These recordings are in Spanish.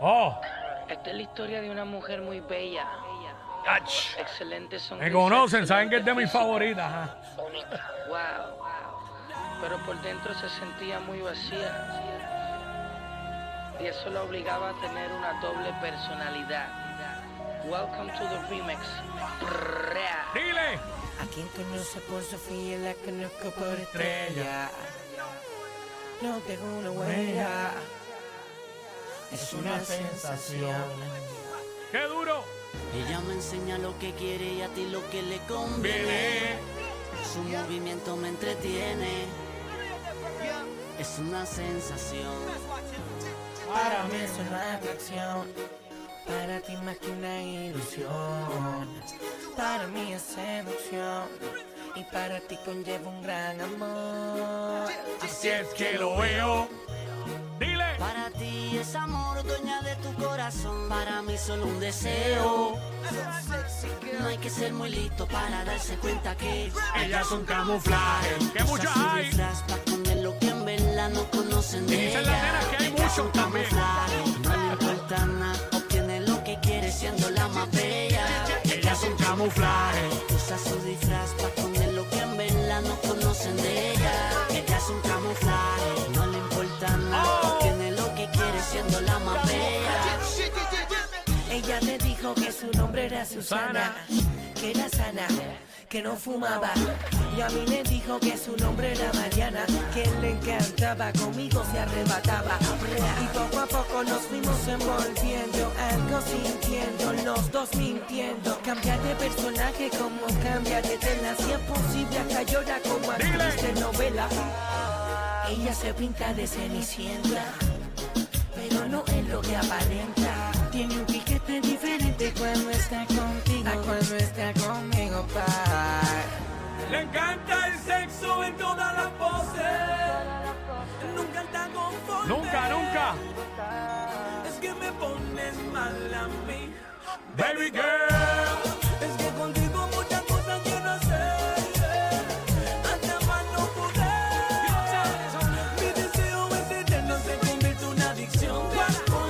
Oh, Esta es la historia de una mujer muy bella. ach. Excelente sonrisa. Me conocen, saben que es de excelente mis favoritas. ah. ajá. Bonita. Wow. Pero por dentro se sentía muy vacía. Y eso la obligaba a tener una doble personalidad. Welcome to the remix. Prrrrea. Dile. A quien conoce por Sofía la conozco por estrella. No tengo una huella. Es una sensación. Qué duro. Ella me enseña lo que quiere y a ti lo que le conviene. Viene. Su movimiento me entretiene. Es una sensación. Para mí es una atracción. Para ti más que una ilusión. Para mí es seducción. Y para ti conlleva un gran amor. Así es que lo veo. Dile. Para ti es amor, dueña de tu corazón. Para mí solo un deseo. No hay que ser muy listo para darse cuenta que Ellas son camuflaje. Que muchas usan su hay. disfraz pa' esconder lo que en verdad no conocen Y de dicen las ella. nenas que hay Ellas muchos son también. camuflaje, No le importa nada, obtiene lo que quiere siendo la más bella. Ellas son camuflaje. Usa su disfraz para esconder lo que en verdad no conocen de ella. Ella es un camuflaje, no le importa Oh. nada. Tiene lo que quiere siendo la más bella. Ella me dijo que su nombre era Susana, que era sana, que no fumaba. Y a mí me dijo que su nombre era Mariana, que le encantaba, conmigo se arrebataba. Y poco a poco nos fuimos envolviendo, algo sintiendo, los dos mintiendo. Cambiar de personaje como cambia de tela, si es posible hasta llora como actriz de novela. Ella se pinta de cenicienta pero no es lo que aparenta. Tiene un piquete diferente cuando está contigo. A cuando está conmigo, pa. Le encanta el sexo en todas las poses. Nunca está conforme. Nunca, nunca. Es que me pones mal a mí. Baby girl. Es que contigo muchas cosas yo no sé. Hasta más no poder. Mi deseo es eterno, se convierte en una adicción.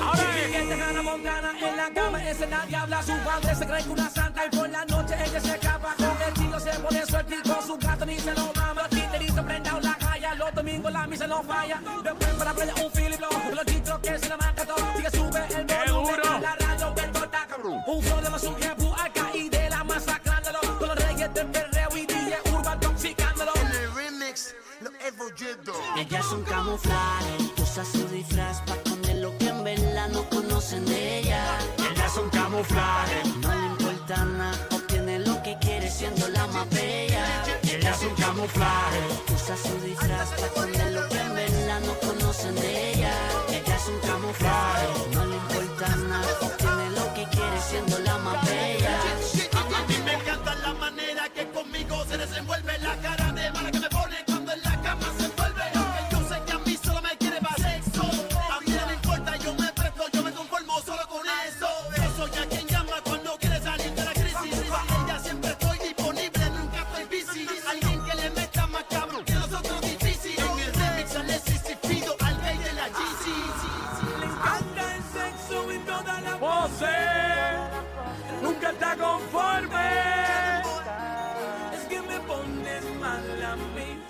Ahora es. Ella es Hannah Montana en la cama, es la diabla. Su padre se cree que una santa y por la noche ella se escapa. Con el tío se pone suerte y con su gato ni se lo mama. Titerito prenda la calle, los domingos la misa no falla. Después para la playa un filiplo, los chicos que se la marca todo. Sigue sube el ¡Qué volumen, duro! la radio Beto está cabrón. Un problema es un jefu acá y de la masacrándolo. Con los reyes del perreo y DJ Urban toxicándolo. el remix lo oyendo. Ella es un camuflaje, usa su disfraz para esconder lo que en verdad no conocen de ella. Ellas son camuflaje. No le importa nada, obtiene lo que quiere siendo la más bella. Ellas son camuflaje. Usa su disfraz para esconder lo que en verdad no conocen de ella. Ella es un camuflaje, no le importa nada, obtiene lo que quiere siendo la más bella. A mí me encanta la manera que conmigo se desenvuelve la cara de mala que me pone cuando en la cama se envuelve. Aunque yo sé que a mí solo me quiere para sexo. A mí no me importa, yo me presto, yo me conformo solo con eso. Yo soy a quien llama cuando quiere salir de la crisis. Pa' ella siempre estoy disponible, nunca estoy busy. Alguien que le meta más cabrón que nosotros difícil. En el remix al Sisi pido al rey de la GC. Le encanta el sexo en toda la José. Oh, Nunca está conforme. Es que me pones mal a mí,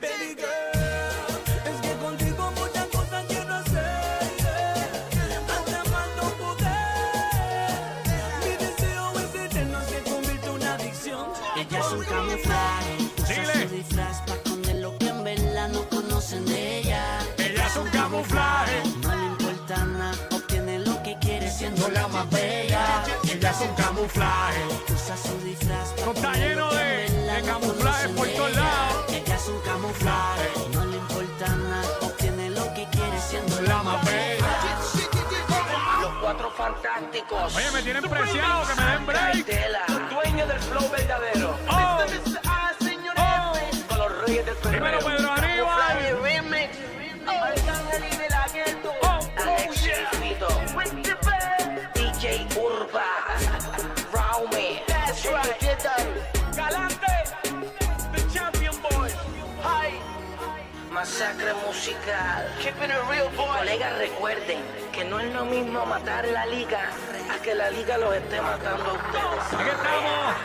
baby girl. Es que contigo muchas cosas yo no sé. Hasta más no poder. Mi deseo es eterno, se convierte en una adicción. Ella es un camuflaje, usa Dile. su disfraz para esconder lo que en verdad no conocen de ella. Ellas son camuflaje. No le importa nada, obtiene lo que quiere siendo la más bella. Ellas son camuflaje. Usa su disfraz pa' Está esconder lleno lo que de- en verdad de no camuflajes por conocen todos de ella. lados. Ella es un camuflaje, no le importa nada, obtiene lo que quiere siendo la más bella. Los cuatro fantásticos. Oye, me tienen preciado que me den break. Tela. Dueño del flow verdadero. Oh, Ah, señores. oh. Con los reyes del Dímelo, Pedro Flavio Aníbal. Oh. Remix. Arcángel y de la Ghetto. Alex Silvito. DJ Urba. Raume. That's right. Galante. The Champion Boy. Hi. Más masacre musical. Colegas, recuerden que no es lo mismo matar la liga a que la liga los esté matando a ustedes. Aquí estamos.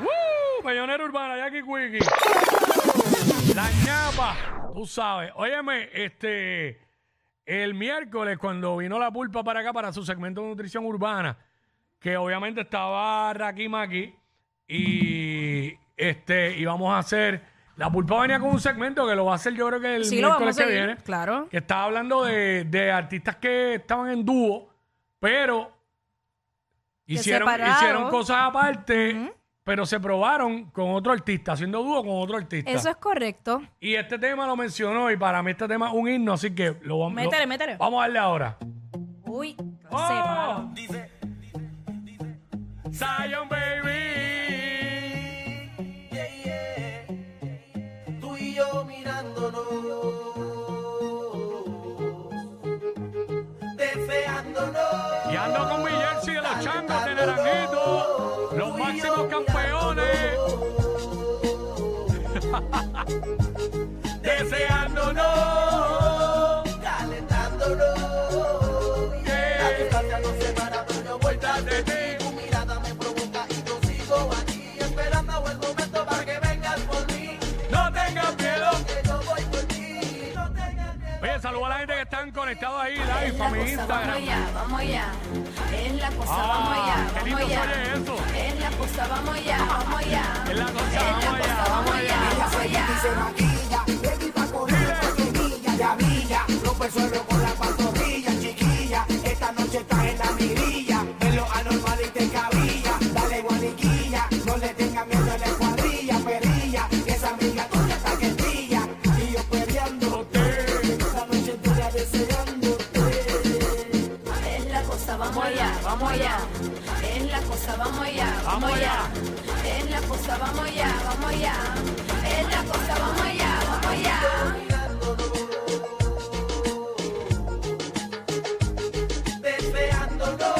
¡Woo! Mayonera Urbana, Jackie Quickie. La ñapa, tú sabes. Óyeme, este. El miércoles, cuando vino la pulpa para acá, para su segmento de nutrición urbana, que obviamente estaba Raki Maki, y este, íbamos a hacer. La pulpa venía con un segmento que lo va a hacer yo creo que el Sí, lo vamos a miércoles que seguir, viene. claro. Que estaba hablando de, de artistas que estaban en dúo, pero hicieron, separados. hicieron cosas aparte, pero se probaron con otro artista, haciendo dúo con otro artista. Eso es correcto. Y este tema lo mencionó y para mí este tema es un himno, así que lo vamos Métele, lo- métele. Vamos a darle ahora. Uy, ¡Oh! separado. Zion Baby. tú y yo mirándonos, deseándonos. Y ando con mi jersey de los changos de Naranjito, los máximos campeones. Deseándonos. Calentándonos, Yeah. la distancia nos separa, pero vuelta de ti. Tu mirada me provoca y yo sigo aquí, esperando el momento para que vengas por mí. No tengas miedo. Que yo voy por ti, no tengas miedo. Oye, saludos a la gente que están conectados ahí live a mi Es la cosa, vamos Instagram. allá, vamos allá. Es la cosa, vamos Ah, allá, qué vamos lindo se allá. oye eso. Es la cosa, vamos allá, vamos allá. Es la cosa, Es la vamos allá, cosa, vamos vamos allá, vamos allá. Es la cosa, vamos allá, vamos allá. Es la cosa, vamos allá, vamos allá. Es la cosa, vamos allá, vamos allá. Es la cosa, vamos allá, vamos allá.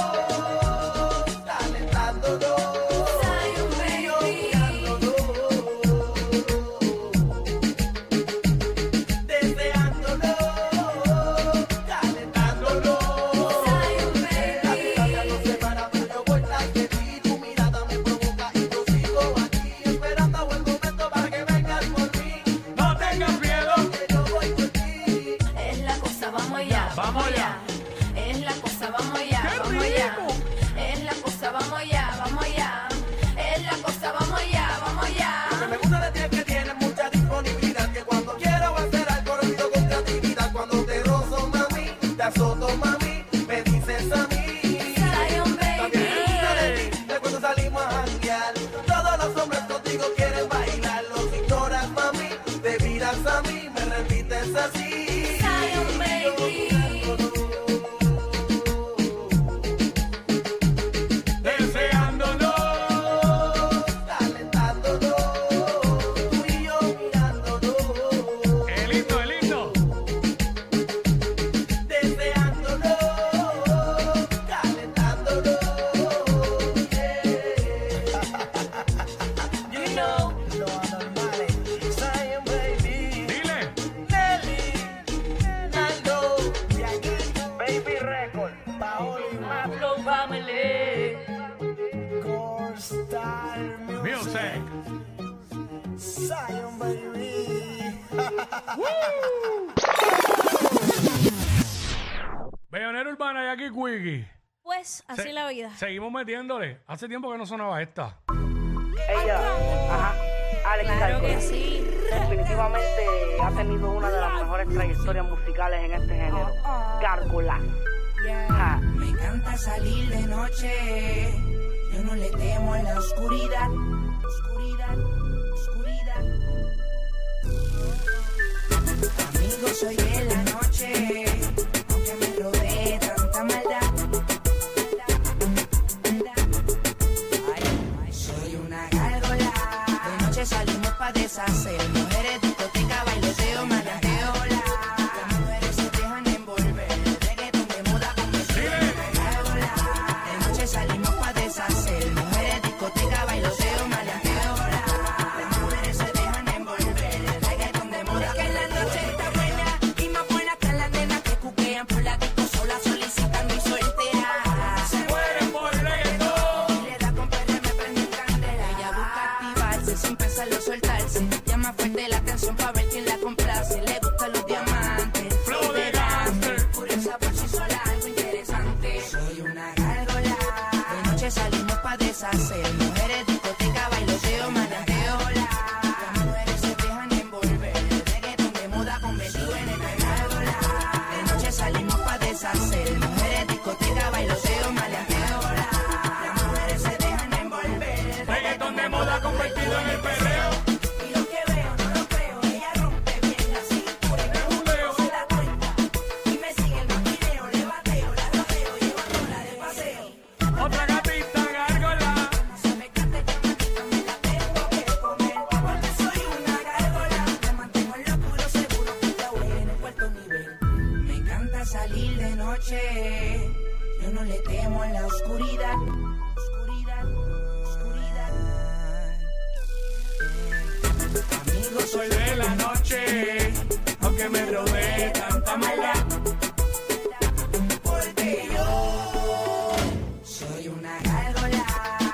Despeándonos, calentándonos, Soy un baby. deseándonos, calentándonos. Soy un baby. La no se para, pero vueltas de ti. Tu mirada me provoca y yo sigo aquí, esperando el momento para que vengas por mí. No tengas miedo. Que yo voy por ti. Es la cosa, vamos allá, Vamos vamos allá. Es la cosa, vamos allá, vamos allá. Es la cosa, vamos allá, vamos allá. Es la cosa, vamos allá, vamos allá. Lo que me gusta de ti es que tienes mucha disponibilidad. Que cuando quiero hacer algo lo pido con creatividad. Cuando te rozo, mami, te azoto, mami, me dices a mí. Soy un También me gusta baby. de ti, de cuando salimos a janguear. Todos los hombres contigo quieren bailar. Los ignoras, mami, te miras a mí, me repites así. Soy un baby. Deseándonos. Calentándonos, tú y yo mirándonos, El lindo, el lindo. deseándonos, calentándonos. Yeah. You know, lo anormal Zion, baby. Dile. Nelly, Naldo, Baby Record, Paoli, Pablo Family, Core Star Music. Zion, baby. Bellonera Urbana y aquí Quickie. Pues así Se- la vida. Seguimos metiéndole. Hace tiempo que no sonaba esta. Ella, ajá, Alex Claro Calco, que sí. definitivamente ha tenido una de las mejores trayectorias musicales en este género. Gárgola. Ajá. Ah, Me encanta salir de noche. Yo no le temo a la oscuridad. Oscuridad, oscuridad. Amigo, soy de la noche. Aunque me rodee tanta maldad. Ay, Soy una gárgola. De noche salimos pa' deshacer. Mujeres, discoteca, bailoteo, manateo. Las mujeres se dejan envolver. Reggaeton de moda con mi gárgola. De noche salimos pa' deshacer. Mujeres, discoteca, bailoteo, manateo. Las mujeres se dejan envolver. Reggaeton de moda. Que la noche está buena. noche salimos pa' deshacer. Mujeres, discoteca, bailoteo, manateo, hola. Las mujeres se dejan envolver. Reggaeton de moda con vestido en el hola. De noche salimos pa' deshacer. Mujeres, discoteca, bailoteo, manateo, hola. Las mujeres se dejan envolver. Reggaeton de moda convertido en el perreo. Y lo que veo no lo creo. Ella rompe bien la cintura y me jugueo. Se la cuenta y me sigue el maquineo. Le bateo, la rodeo, llevándola de paseo. Otra gatita, gárgola. Porque soy una gárgola, me mantengo en lo puro seguro que te voy en el cuarto nivel. Me encanta salir de noche, eh, yo no le temo a la oscuridad. Oscuridad, oscuridad. Amigo, soy de la noche, aunque me rodee tanta maldad. Porque yo soy una gárgola.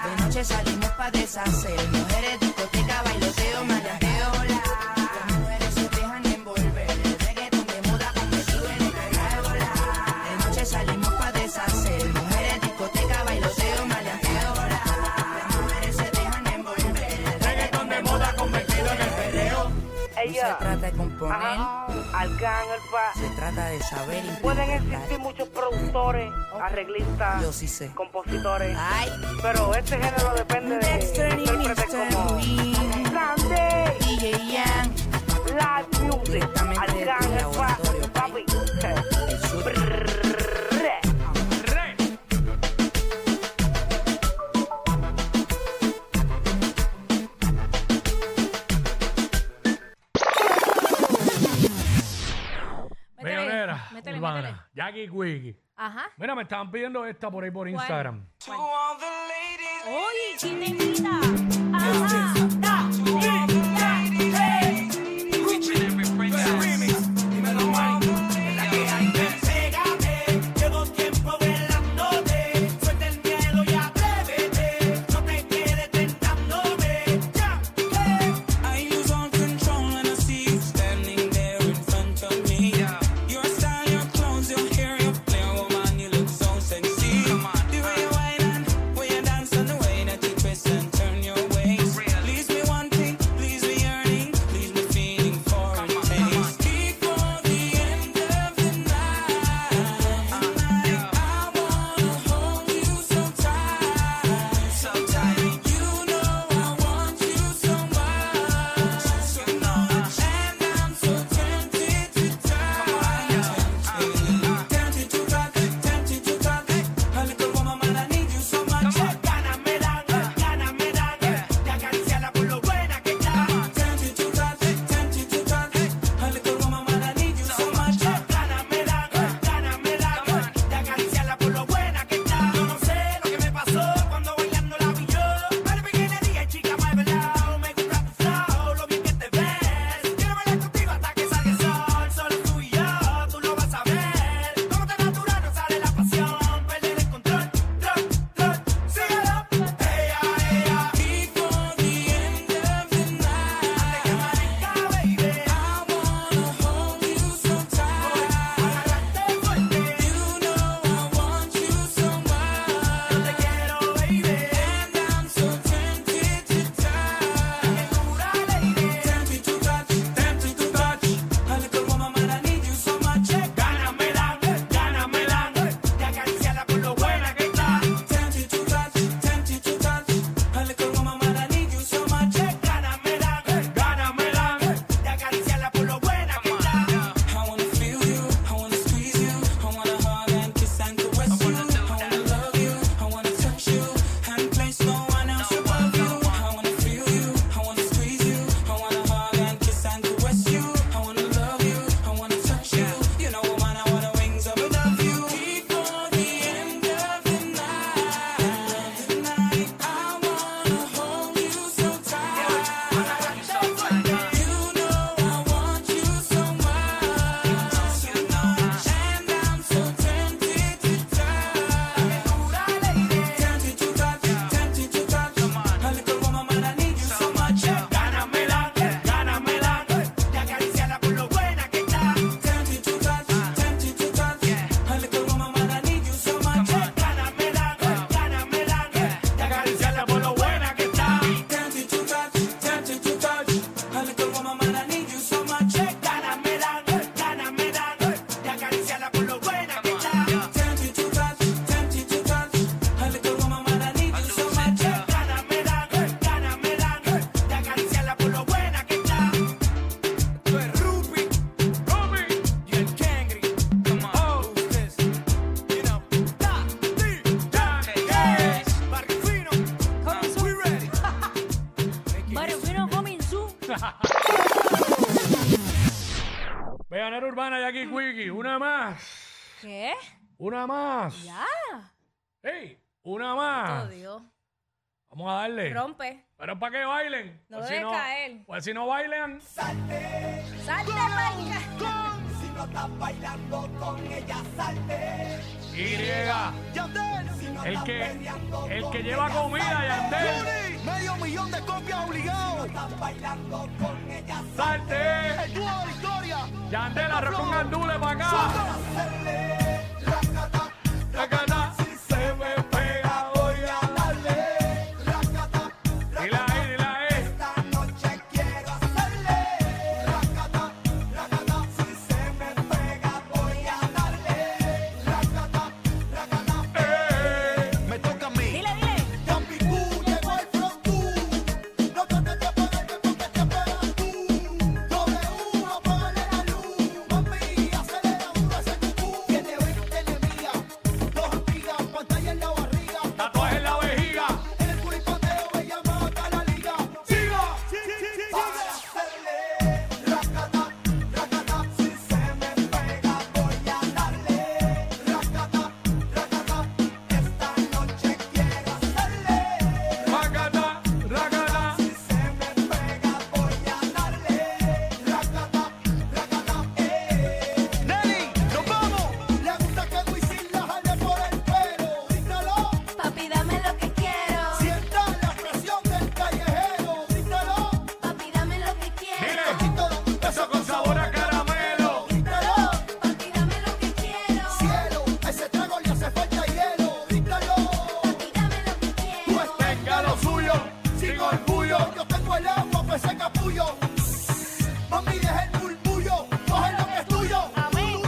De noche salimos pa' deshacer. Mujeres, discoteca, bailoteo, manateo, hola. Las mujeres se dejan envolver. El reggaeton de moda con que suben una gárgola. De noche salimos pa' deshacer. Mujeres, discoteca, bailoteo, manateo, hola. Las mujeres se dejan envolver. El reggaeton de moda convertido en el perreo. Ella. Se trata de componer. Ajá. Arcángel, pa. Se trata de saber y Pueden existir muchos productores, arreglistas, compositores. Pero este género depende de intérpretes como Grande, DJ Yang, Live Music, Arcángel, pa. Papi. Brrrre. Métele, Millonera, métele, urbana. métele. Jackie Quickie. Ajá. Mira, me estaban pidiendo esta por ahí por Instagram. Oye, chilenita. Ajá. Llevo tiempo velándote, suelta el miedo y atrévete, no te quedes tentándome. I lose all control when I see you standing there in front of me. Your style, your clothes, your hair, your flair, woman, you look so sexy. The way you whine and way you dance and the way that you twist and turn your Oh, Jackie Mm. Quickie, una más. ¿Qué? Una más. Ya. ¡Ey! Una más. Todo Dios. Vamos a darle. Rompe. Pero para que bailen. No Pues lo dejes caer. Pues si no bailan. Salte, marica. Si no estás bailando con ella, salte. Y llega. El que, el que lleva comida, Yandel. Medio millón de copias obligado. estás bailando con ella, Salte. El dúo de la historia. Yandel, arroz con gandules para acá. Si se me pega, voy a darle. Dila ahí, dila ahí. Esta noche quiero hacerle. Racata, racata. Si se me pega, voy a darle. Racata, racata. Me toca a mí. Dile, dile. Tatuaje en la vejiga. Racata, racata. Papi, dame lo que quiero. Papi, dame lo que quiero. Eso con sabor a caramelo. Papi, dame lo que quiero. Papi, dame lo que quiero. Tenga lo suyo. Sin orgullo. Yo tengo el agua, pues ese capullo. Mami, deja el murmullo, coge lo que es tuyo. Amén.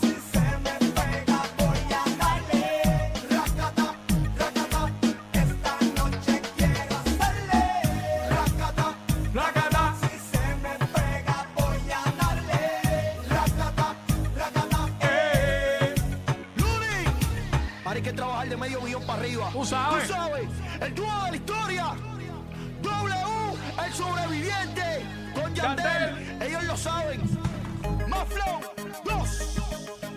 Si se me pega, voy a darle. Racata, racata, esta noche quiero hacerle. Racata, Racata. si se me pega, voy a darle. Racata, racata, eh. ¡Luli! Ahora hay que trabajar de medio millón para arriba. Tú sabes. Tú sabes. El dúo de la historia. W, el sobreviviente. Con Yandel. Yandel. Ellos lo saben. Más flow. Dos.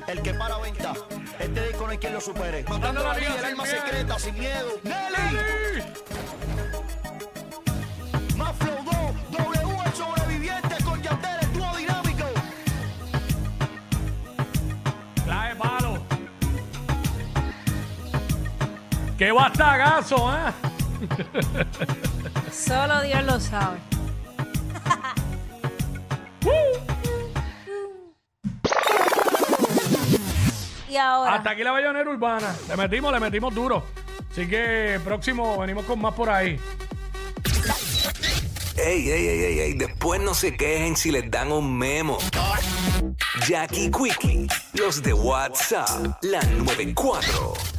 El que para venta. Este disco no hay quien lo supere. Matando la vida, el sin alma miedo. secreta, sin miedo. Nelly. Nelly. Más flow. Dos. W, el sobreviviente. Con Yandel, el dúo dinámico. Clave palo. Qué bastagazo, ¿eh? Solo Dios lo sabe. y ahora. Hasta aquí la bayonera urbana. Le metimos, le metimos duro. Así que próximo venimos con más por ahí. Ey, ey, ey, ey, ey, después no se quejen si les dan un memo. Jackie Quickie, los de WhatsApp, la 94.